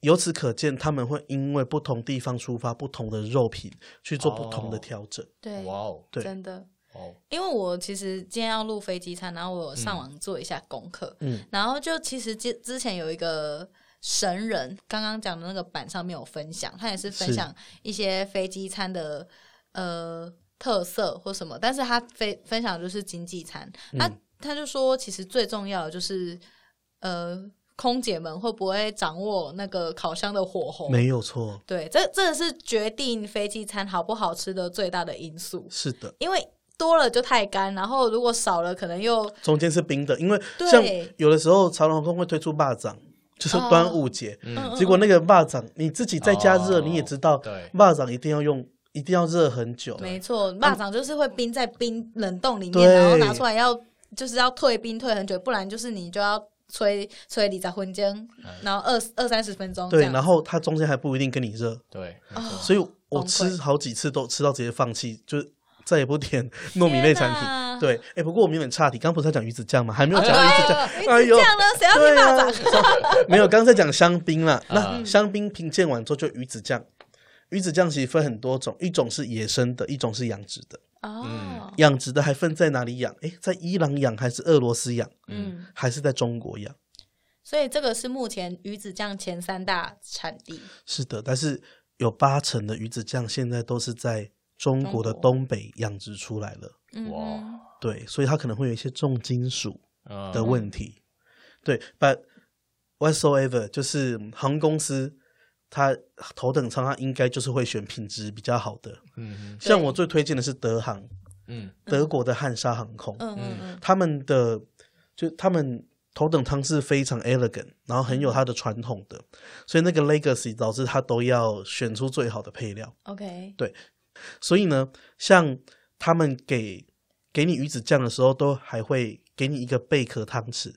由此可见，他们会因为不同地方出发，不同的肉品去做不同的
哦
调整。
对，
哇哦，
对
真的。
哦，
因为我其实今天要录飞机餐，然后我有上网做一下功课，
嗯，
然后就其实之之前有一个神人，刚刚讲的那个版上面有分享，他也是分
是
享一些飞机餐的呃特色或什么，但是他分分享的就是经济餐，
嗯
他他就说其实最重要的就是呃空姐们会不会掌握那个烤箱的火候。
没有错，
对，这这是决定飞机餐好不好吃的最大的因素。
是的，
因为多了就太干，然后如果少了，可能又
中间是冰的，因为
对
像有的时候长荣航空会推出霸掌，就是
哦
端午节，
嗯
结果那个蚂蚱你自己在家热，
哦
你也知道，
对
蚂蚱一定要用，一定要热很久。
没错，蚂蚱就是会冰在冰冷冻里面，
对
然后拿出来要就是要退冰退很久，不然就是你就要吹吹你在婚间，然后二二三十分钟这
哎对，
样
然后它中间还不一定跟你热，
对，
哦
所以我
崩溃
吃好几次都吃到直接放弃，就是再也不点糯米类产
天哪
品。对，哎，不过我们有点岔题，刚不是在讲鱼子酱吗？还没有讲鱼子酱。
哎呦，鱼子酱呢？谁要听
对
蚂
啊
蚱？，
没有，刚才讲香槟啦。那
嗯
香槟评鉴完之后就鱼子酱，鱼子酱其实分很多种，一种是野生的，一种是养殖的。
哦，
养殖的还分在哪里养？哎，在伊朗养还是俄罗斯养，
嗯，
还是在中国养？
所以这个是目前鱼子酱前三大产地，
是的，但是有八成的鱼子酱现在都是在中国的
中国
东北养殖出来了，
嗯哼，
对，所以它可能会有一些重金属
嗯
的问题。对，but whatsoever，就是航空公司它头等舱它应该就是会选品质比较好的，
嗯
像我最推荐的是德航，
嗯
德国的汉莎航空，
嗯嗯嗯，
他们的就他们头等舱是非常 elegant，然后很有它的传统的，所以那个 legacy 导致它都要选出最好的配料。
，OK，
所以呢，像他们给给你鱼子酱的时候，都还会给你一个贝壳汤匙，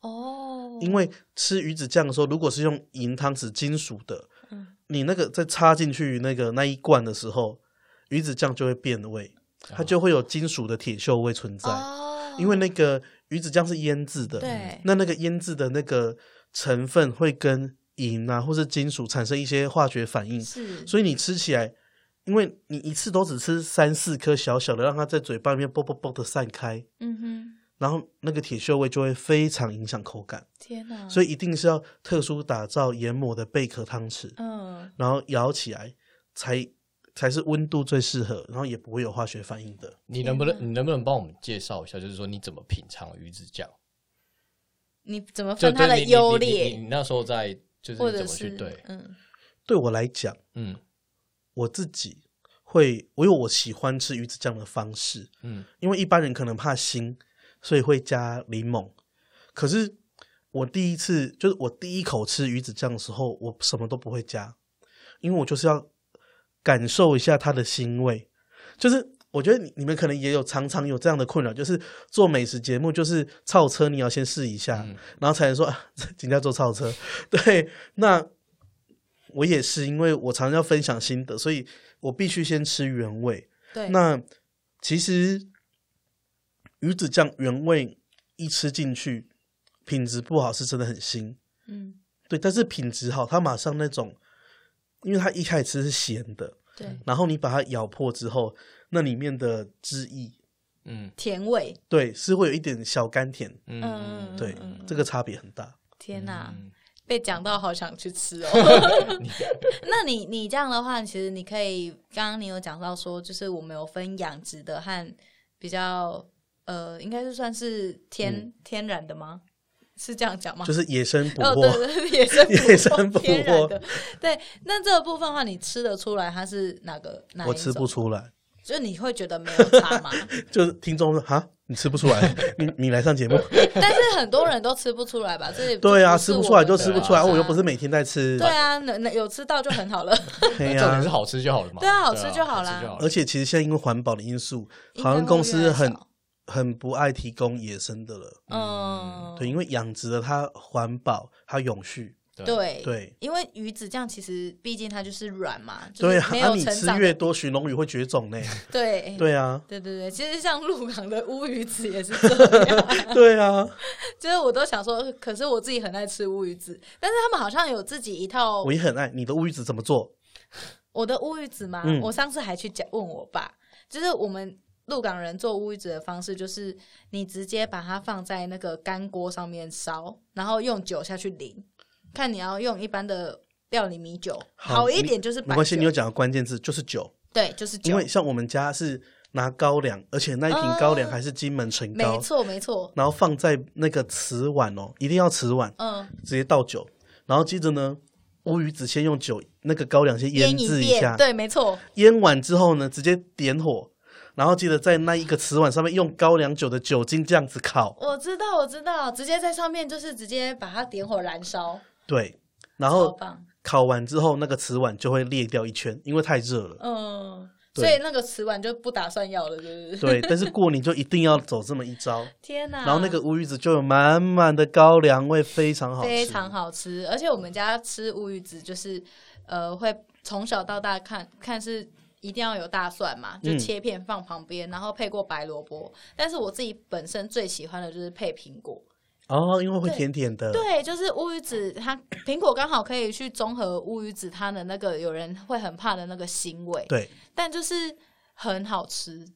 哦，
因为吃鱼子酱的时候，如果是用银汤匙金属的，
嗯
你那个再插进去那个那一罐的时候，鱼子酱就会变味，它就会有金属的铁锈味存在。
哦，
因为那个鱼子酱是腌制的，
对
那那个腌制的那个成分会跟银啊或是金属产生一些化学反应，
是
嗯所以你吃起来，因为你一次都只吃三四颗小小的，让它在嘴巴里面啵啵啵的散开，
嗯哼，
然后那个铁锈味就会非常影响口感，
天哪！
所
以，
以一定是要特殊打造研磨的贝壳汤匙，
嗯，
然后舀起来才才是温度最适合，然后也不会有化学反应的。
你能不能
天哪
你能不能帮我们介绍一下，就是说你怎么品尝鱼子酱？
你怎么
就
分它的
对你你
优
你你
劣，
你那时候在就是
或
怎
者
么去
是
对，
嗯
对我来讲，
嗯
我自己会，我有我喜欢吃鱼子酱的方式，
嗯
因为一般人可能怕腥，所以会加柠檬。可是我第一次，就是我第一口吃鱼子酱的时候，我什么都不会加，因为我就是要感受一下它的腥味。就是我觉得你你们可能也有常常有这样的困扰，就是做美食节目，就是超车你要先试一下，
嗯
然后才能说啊， 今天做超车。 对，那我也是，因为我常常要分享心得，所以我必须先吃原味。
对，
那其实鱼子酱原味一吃进去，品质不好是真的很腥。
嗯
对，但是品质好，它马上那种，因为它一开始吃是咸的，
对
然后你把它咬破之后，那里面的汁液，
嗯
甜味，
对，是会有一点小甘甜，
嗯
嗯嗯，
对，
嗯嗯
这个差别很大。
天哪、
嗯
被讲到好想去 吃哦。 那你你这样的话，其实你可以，刚刚你有讲到说，就是我们有分养殖的和比较呃，应该是算是天、
嗯
天然的吗？是这样讲吗？
就是野生捕
哦，
获，
对对，对野 生
野生捕获
天然的。对，那这个部分的话，你吃得出来它是哪个哪一
我吃不
种，
出来。
就你会觉得没有差嘛？
就是听众说哈，你吃不 出来，你你来上节目，
但是很多人都吃不出来吧？这也
对啊，
是
吃不
我
出来
们
就
的
吃不出来，
啊
我又不是每天在吃，
对啊，能能有吃到就很 好了。
那
对
嗯
呀，
重点是好吃就好了嘛，
对啊好吃就好啦
好吃就好
而
了，
且其实现在因为环保的因素，好像公司很很不爱提供野生的了。
嗯，
对，因为养殖的它环保，它永续。
对
对
因为鱼子酱其实毕竟它就是软嘛，就
对
是
啊，
没
啊
有
你
成
吃
长的，
越多，寻龙鱼会绝种呢。
对
对啊，
对对对，其实像鹿港的乌鱼子也是这样，
对啊，
就是我都想说，可是我自己很爱吃乌鱼子，但是他们好像有自己一套
我也很爱。你的乌鱼子怎么做？
我的乌鱼子嘛，
嗯
我上次还去讲问我爸，就是我们鹿港人做乌鱼子的方式，就是你直接把它放在那个干锅上面烧，然后用酒下去淋，看你要用一般的料理米酒，好一
你
点就是
没
白
关系，你
酒
有，讲的关键字就是酒，
对，就是
因
酒
为，像我们家是拿高粱，而且那一瓶
哦
高粱还是金门陈
没
高，
错没错，
然后放在那个瓷碗哦，一定要瓷碗，
嗯，
直接倒酒，然后接着呢，乌鱼子先用酒那个高粱先腌
一
制一
遍，
下，
对，没错，
腌完之后呢，直接点火，然后记得在那一个瓷碗上面用高粱酒的酒精这样子烤，
我知道我知道，直接在上面就是直接把它点火燃烧，
对，然
超
后
棒，
烤完之后那个瓷碗就会裂掉一圈，因为太热 了。
嗯，
对
所以那个瓷碗就不打算要了，是不是？
对，但是过年就一定要走这么一招，
天哪！
然后那个乌鱼子就有满满的高粱味，非常好吃，
非常好吃，而且我们家吃乌鱼子就是，呃，会从小到大看看是一定要有大蒜嘛，就
嗯
切片放旁边，然后配过白萝卜。但是我自己本身最喜欢的就是配苹果，
哦，因为会
对
甜甜的，
对，就是乌鱼子它苹果刚好可以去综合乌鱼子它的那个有人会很怕的那个腥味，
对，
但就是很好吃，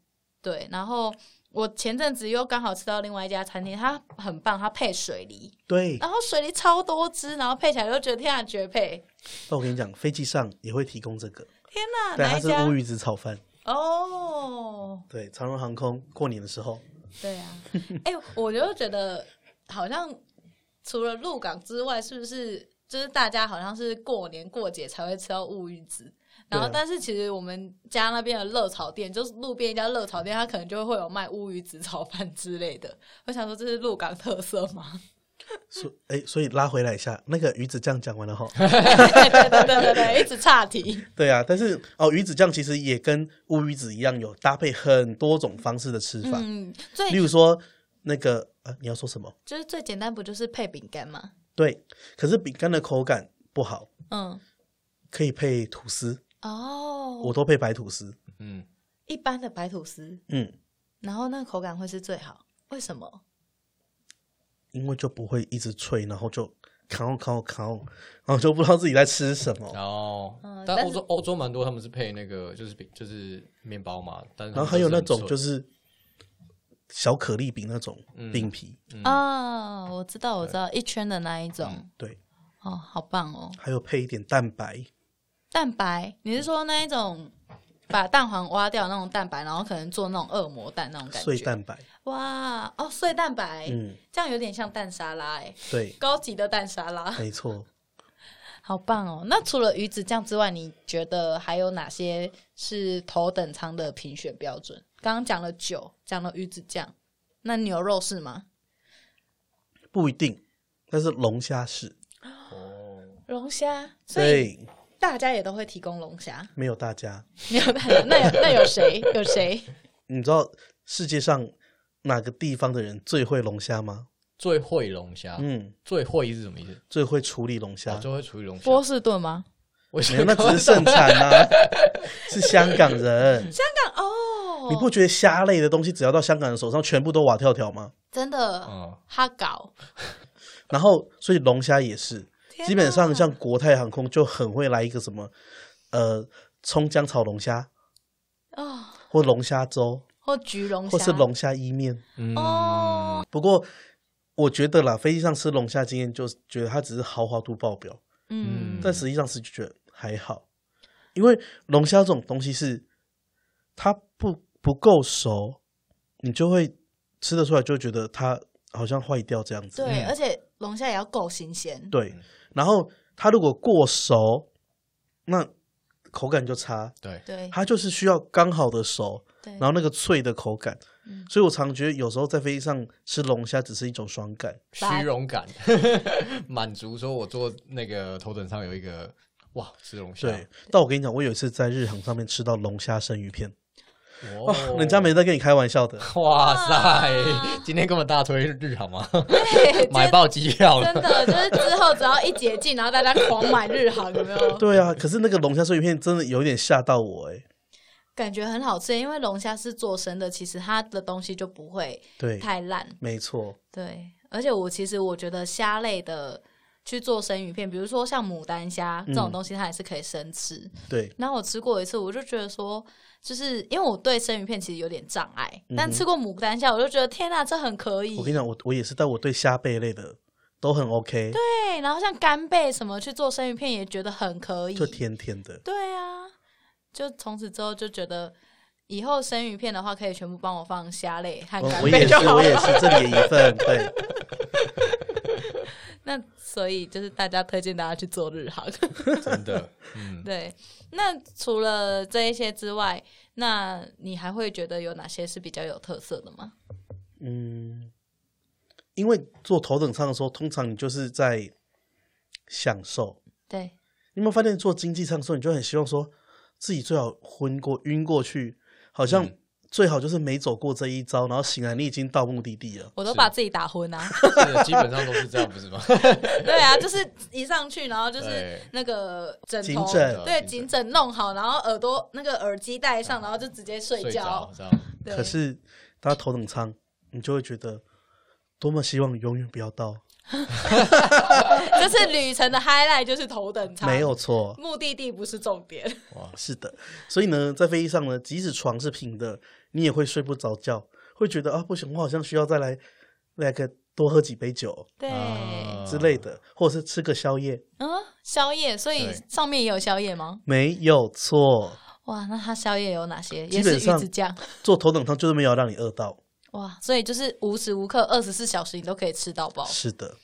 对。然后我前阵子又刚好吃到另外一家餐厅，它很棒，它配水梨，
对。
然后水梨超多汁，然后配起来就觉得天啊绝配！
那我跟你讲，飞机上也会提供这个，
天哪，
但
哪
它
一
是
家
乌？鱼子炒饭，
哦，
对，长荣航空过年的时候，
对啊，哎、我就觉得好像除了鹿港之外，是不是就是大家好像是过年过节才会吃到乌鱼子？然后
对啊，
但是其实我们家那边的热炒店，就是路边一家热炒店，它可能就会有卖乌鱼子炒饭之类的。我想说，这是鹿港特色吗？
所哎，所以拉回来一下，那个鱼子酱讲完了哈，
对对对对对，一直岔 题。
对啊，但是哦，鱼子酱其实也跟乌鱼子一样，有搭配很多种方式的吃法，
嗯，最
例如说那个呃，你要说什么？
就是最简单，不就是配饼干吗？
对，可是饼干的口感不好，
嗯，
可以配吐司，
哦，
我都配白吐司。
嗯，
一般的白吐司，
嗯，
然后那个口感会是最好，为什么？
因为就不会一直脆，然后就烤烤烤，然后就不知道自己在吃什么。
然后
嗯
但
但
欧洲欧洲蛮多他们是配那个就是饼就是面包嘛，但是
然后还有那种就是是小可丽饼那种
嗯
饼皮，
啊、我知道，我知道，一圈的那一种，
对，
哦，好棒哦！
还有配一点蛋白，
蛋白，你是说那一种把蛋黄挖掉那种蛋白，然后可能做那种恶魔蛋那种感觉。
碎蛋白，
哇，哦，碎蛋白，
嗯，
这样有点像蛋沙拉哎、
对，
高级的蛋沙拉，
没错。
好棒哦！那除了鱼子酱之外，你觉得还有哪些是头等舱的评选标准？刚刚讲了酒，讲了鱼子酱，那牛肉是吗？
不一定，但是龙虾是，
哦，
龙虾，所以
对，
大家也都会提供龙虾。
没有大家，
没有大家，那有那有谁？有谁？
你知道世界上哪个地方的人最会龙虾吗？
最会龙
啊
虾，
嗯，啊
最会是什么意思？
最会处理龙虾
哦，最会处理龙虾，
波士顿吗？
我
没有，那只是盛产 啊，是香港人。
但哦，
你不觉得虾类的东西只要到香港人手上，全部都瓦跳跳吗？
真的
嗯，
哈搞，
然后，所以龙虾也是，
天哪
哦基本上像国泰航空就很会来一个什么，呃，葱姜炒龙虾，
哦，
或龙虾粥，
或焗龙虾，
或是龙虾意面。
嗯
哦，
不过，我觉得啦，飞机上吃龙虾经验，就觉得它只是豪华度爆表，
嗯，
但实际上是就觉得还好，因为龙虾这种东西是它不不够熟，你就会吃得出来，就会觉得它好像坏掉这样子。
对，
嗯
而且龙虾也要够新鲜，
对，然后它如果过熟，那口感就差。
对，
对
它就是需要刚好的熟，
对
然，后那个脆的口感
嗯。
所以我常觉得有时候在飞机上吃龙虾只是一种爽感。
虚荣感 满足，说我坐那个头等舱有一个哇吃龙虾，
对，但我跟你讲，我有一次在日航上面吃到龙虾生鱼片，
哦
哇，人家没在跟你开玩笑 的。
哇塞
哇，
今天跟我大推日航吗？
对
买爆机票
真
了，
的就是之后只要一解禁，然后大家狂买日航，有没有？
对啊，可是那个龙虾生鱼片真的有点吓到我哎、
感觉很好吃，因为龙虾是做生的，其实它的东西就不会
对，
太烂。
没错，
对，而且我其实我觉得虾类的去做生鱼片，比如说像牡丹虾这种
嗯
东西，它也是可以生吃。
对，
然后我吃过一次，我就觉得说，就是因为我对生鱼片其实有点障碍，
嗯哼
但吃过牡丹虾，我就觉得天呐，这很可以
我。跟你讲，我我也是，但我对虾贝类的都很 OK，
对，然后像干贝什么去做生鱼片，也觉得很可以。
就甜甜的。
对啊，就从此之后就觉得，以后生鱼片的话，可以全部帮我放虾类和
我
干
哦我
贝
也是
就，好
我也
了。
是，这里也一份，对，
那所以就是大家推荐大家去做日 航。
真的，嗯，
对，那除了这一些之外，那你还会觉得有哪些是比较有特色的吗？
嗯，因为坐头等舱的时候，通常你就是在享受。
对，
你有没有发现坐经济舱的时候，你就很希望说自己最好昏过、晕过去，好像
嗯
最好就是没走过这一遭，然后醒来你已经到目的地了。
我都
是
把自己打昏啊。
是的基本上都是这样，不是吗？
对啊，就是一上去，然后就是。
对，
那个枕
颈
头，
枕
对，
颈
颈枕弄好，然后耳朵那个耳机戴上，然后就直接睡
睡
觉
着。这样，
对
可是搭头等舱，你就会觉得多么希望永远不要到，
就是旅程的 highlight 就是头等舱，
没有错。
目的地不是重点。
哇，
是的，所以呢，在飞机上呢，即使床是平的，你也会睡不着觉，会觉得啊，不行，我好像需要再来来个多喝几杯酒
对，
啊
之类的，或者是吃个宵夜，
嗯，宵夜，所以
对
上面也有宵夜吗？
没有错。
哇，那它宵夜有哪些？
基
也
本
是鱼
上
子酱。
坐头等舱就是没有让你饿到，
哇，所以就是无时无刻二十四小时你都可以吃
哦
到饱。
是的，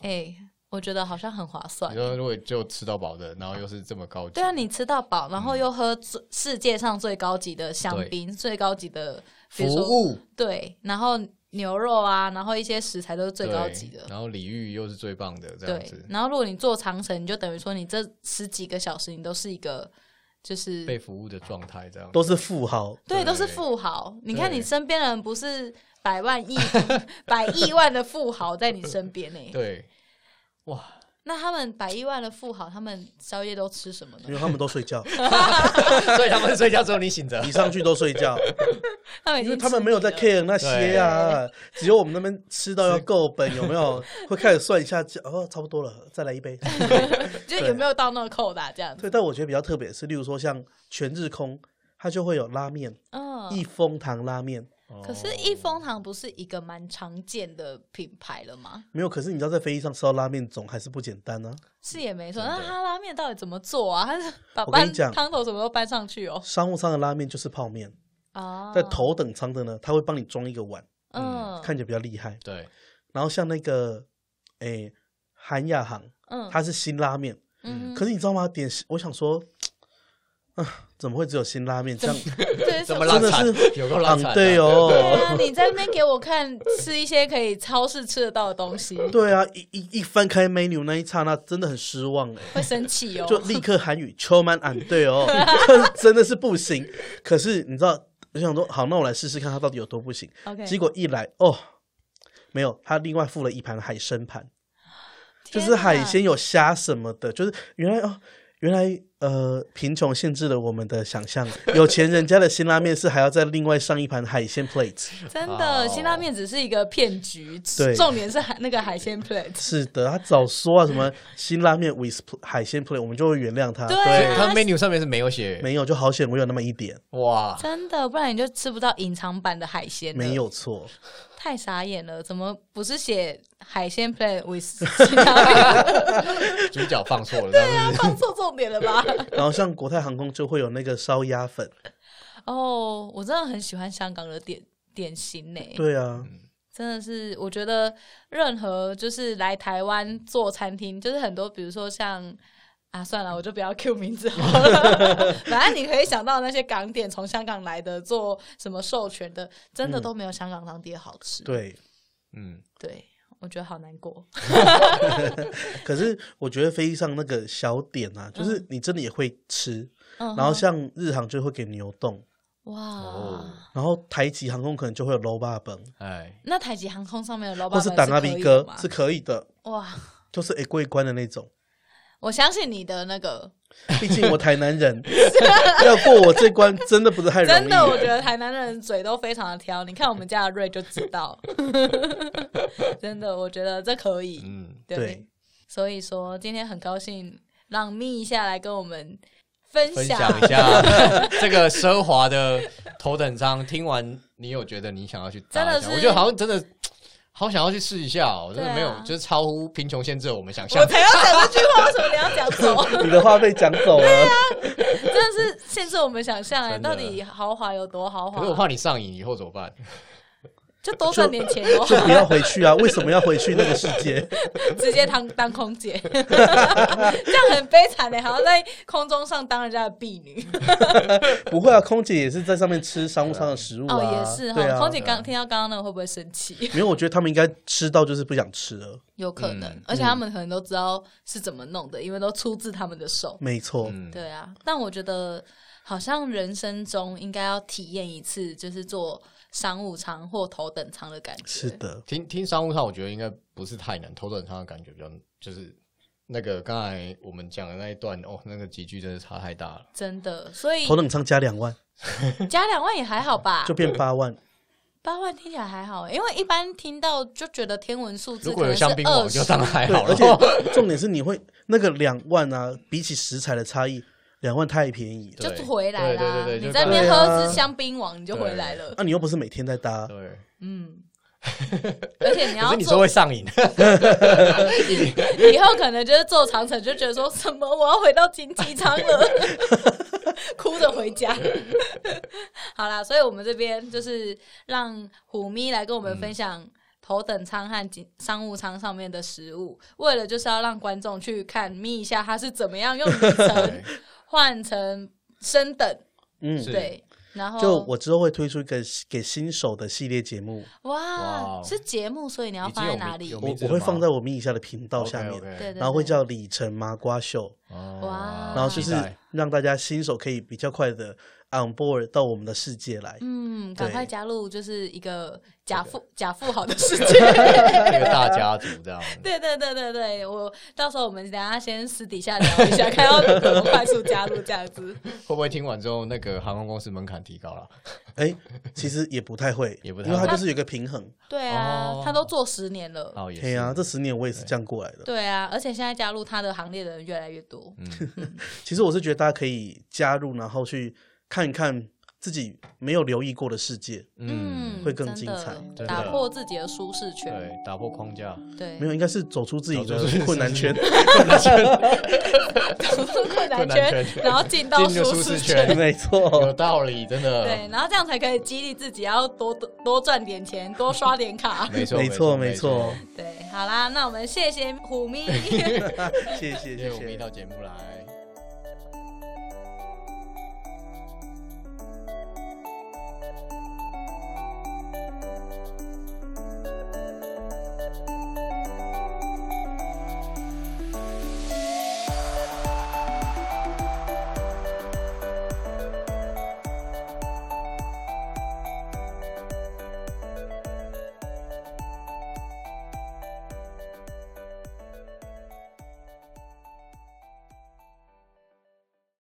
哎、我觉得好像很划算
你。说如果就吃到饱的，然后又是这么高级，
对啊，你吃到饱，然后又喝最世界上最高级的香槟，最高级的比
服
如说
务
对，然后牛肉啊，然后一些食材都是最高级
对
的。
然后礼遇又是最棒的，这样
对
子，
然后如果你坐长城，你就等于说你这十几个小时你都是一个就是
被服务的状态，这样
都是富豪，
对，
对
都是富豪。你看
对
你身边的人不是百万 亿、百亿万的富豪在你身边呢、欸
对， 哇，
那他们百亿万的富豪，他们宵夜都吃什么
因
呢？
为他们都睡觉，
所以他们睡觉之后你醒着
一，上去都睡觉，
他们已
因
经
为他
吃
们没有在
腻了
care 那些啊， 只有我们那边吃到要够本，有没有？会开始算一下，哦，差不多了，再来一 杯。
就
对
有没有到那个扣打这样子？
对，但我觉得比较特别的是，例如说像全日空，它就会有拉面，
嗯，
益丰堂拉面，
可
哦
是益丰堂不是一个蛮常见的品牌了吗？
没有，可是你知道在飞机上吃到拉面总还是不简单啊。
是也没错。
真的
那它拉面到底怎么做啊？它是把
我跟你
搬
讲
汤头什么都搬上去哦。
商务舱的拉面就是泡面，
啊，
在头等舱的呢，它会帮你装一个碗，
嗯，
看起来比较厉害。
对，
然后像那个，诶，韩亚行，
嗯，
它是新拉面，
嗯
可是你知道吗？点我想说， 啊，怎么会只有新拉面这样？
对
怎么拉
真的
惨
是？
有够拉
嗯
惨，
对，
对
哦，
啊，你在那边给我看吃一些可以超市吃得到的东西，
对啊，一一一翻开 menu 那一刹那，真的很失望哎。
会生气哦。
就立刻韩语秋满俺对哦，真的是不行。可是你知道，我想说，好，那我来试试看它到底有多不行。
OK，
结果一来哦，没有，他另外附了一盘海参盘，就
天
是海
哪
鲜有虾什么的，就是原来哦，原来呃，贫穷限制了我们的想 象，有钱人家的辛拉面是还要再另外上一盘海鲜 plate。
真的，
哦
辛拉面只是一个骗局，
对
重点是海那个海鲜 plate。
是的，他早说啊，什么辛拉面 with pl- 海鲜 plate，我们就会原谅他。
对
所以
啊
它 menu 上面是没有写，
没有就好险，我有那么一点，
哇，
真的，不然你就吃不到隐藏版的海鲜。
没，有 错。
太傻眼了，怎么不是写海鲜 plate with 辛拉面？
主角放错了，
啊
但是
放错重点了吧？
然后像国泰航空就会有那个烧鸭粉，
哦，我真的很喜欢香港的点点心呢、
对啊，
嗯真的是，我觉得任何就是来台湾做餐厅，就是很多，比如说像啊，算了，我就不要 Q 名字好了。 反正你可以想到那些港点从香港来的，做什么授权的，真的都没有香港当地的好吃。
嗯对。
嗯，
对我觉得好难 过。
可是我觉得飞机上那个小点啊，就是你真的也会吃，
嗯嗯哼，
然后像日航就会给牛冻，
哇，
哦
然后台籍航空可能就会有 low 霸本，
哎，
那台籍航空上面的老
或
板
是
们
打那
可以
比
的
哥
吗
是可以的，
哇，
就是诶过一关的那 种。
我相信你的那个
毕竟我台南人，要过我这关真的不是太容易。
真的，我觉得台南人嘴都非常的挑，你看我们家的瑞就知道。真的，我觉得这可以。
嗯，
对，
对
所以说今天很高兴让咪一下来跟我们分
分
享。
享 一下这个奢华的头等舱，听完你有觉得你想要去搭一下
真的是
我觉得好像真的。好想要去试一下哦，真的没有，
对啊
就是超乎贫穷限制了我们想象
我。才要讲这句话，为什么你要讲走？
你的话被讲走了，
真的是限制我们想象哎，
真的
到底豪华有多豪
可是我
华？啊
怕你上瘾以后怎么办？
就多赚点钱哦，
就不要回去啊！为什么要回去那个世界？
直接当当空姐， 这样很悲惨的，还要在空中上当人家的婢女。
不会啊，空姐也是在上面吃商务舱的食物啊，
哦，也是
对
哈，
啊。
空姐刚听到刚刚那个会不会生气？
没有，我觉得他们应该吃到就是不想吃了，
有可能，
嗯
而且他们可能都知道是怎么弄的，因为都出自他们的手。
没错，
嗯，
对啊，但我觉得好像人生中应该要体验一次，就是坐商务舱或头等舱的感觉。
是，的，
听听商务舱，我觉得应该不是太难，头等舱的感觉比较就是那个刚才我们讲的那一段哦，那个集距真的差太大了。
真的。所以
头等舱加两万
加两万也还好吧
就，变八万。
八万听起来还好，因为一般听到就觉得天文数字
如
可
果有
能是
香槟网
二
就
十。
当然还
对，
哎好了
而。且重点是你会那个两万啊，比起食材的差异，两万太便宜了。
对
就回来啦，
对对对对就
你在那边喝
对啊
支香槟王，你就回来了。
啊那、你又不是每天在搭，
对，
嗯，而且你
可
要
是你
坐
说会上瘾，
以后可能就是坐长城，就觉得说什么我要回到经济舱 了，哭着回家。好啦，所以我们这边就是让虎咪来跟我们分享头等舱和经商务舱上面的食物，为了就是要让观众去看咪一下他是怎么样用里程
对
换成升等，
嗯，
是
对，然后
就我之后会推出一个给新手的系列节目，
哇
哇哦
是节目，所以你要
已经
放在
有
哪
名
里
有？
我
名字
我
了
会
吗
放在我们以下的频道下面
OK，OK
对对，嗯
然后会叫里程麻瓜秀，
哦
哇
然后就
期
是
待
让大家新手可以比较快的 on board 到我们的世界来。
嗯，
对
赶快加入，就是一个假富假富豪的世界。
这个大家族这样。
对对对对对，我到时候我们等一下先私底下聊一下，看要怎么快速加入这样子。
会不会听完之后，那个航空公司门槛提高了？
哎，其实也不太会，
也不太
因为它
会
就是有一个平衡。
对啊，
哦
他都做十年了。
哦，也
对
是
啊，这十年我也是这样过来的。
对啊，而且现在加入他的行列的 人越来越多。
嗯，
其实我是觉得大家可以加入，然后去看一看自己没有留意过的世界。
嗯，
会更
真的
精彩
真的
打破自己的舒适圈，
对，打破框架，
对，
没有，应该是走出自己
走
的
出自己的
困难圈。
困难
困难
圈，
圈
然后进到
进入
舒
舒适
适
圈 嗯有
没错，
道理，真
对
的，，。
然后这样才可以激励自己要多多多赚点钱，多刷点卡
没错，
没错，没
错
错。。
对，好啦，那我们谢谢虎咪。
谢谢，
谢谢
谢
我们一
谢。
到节目来。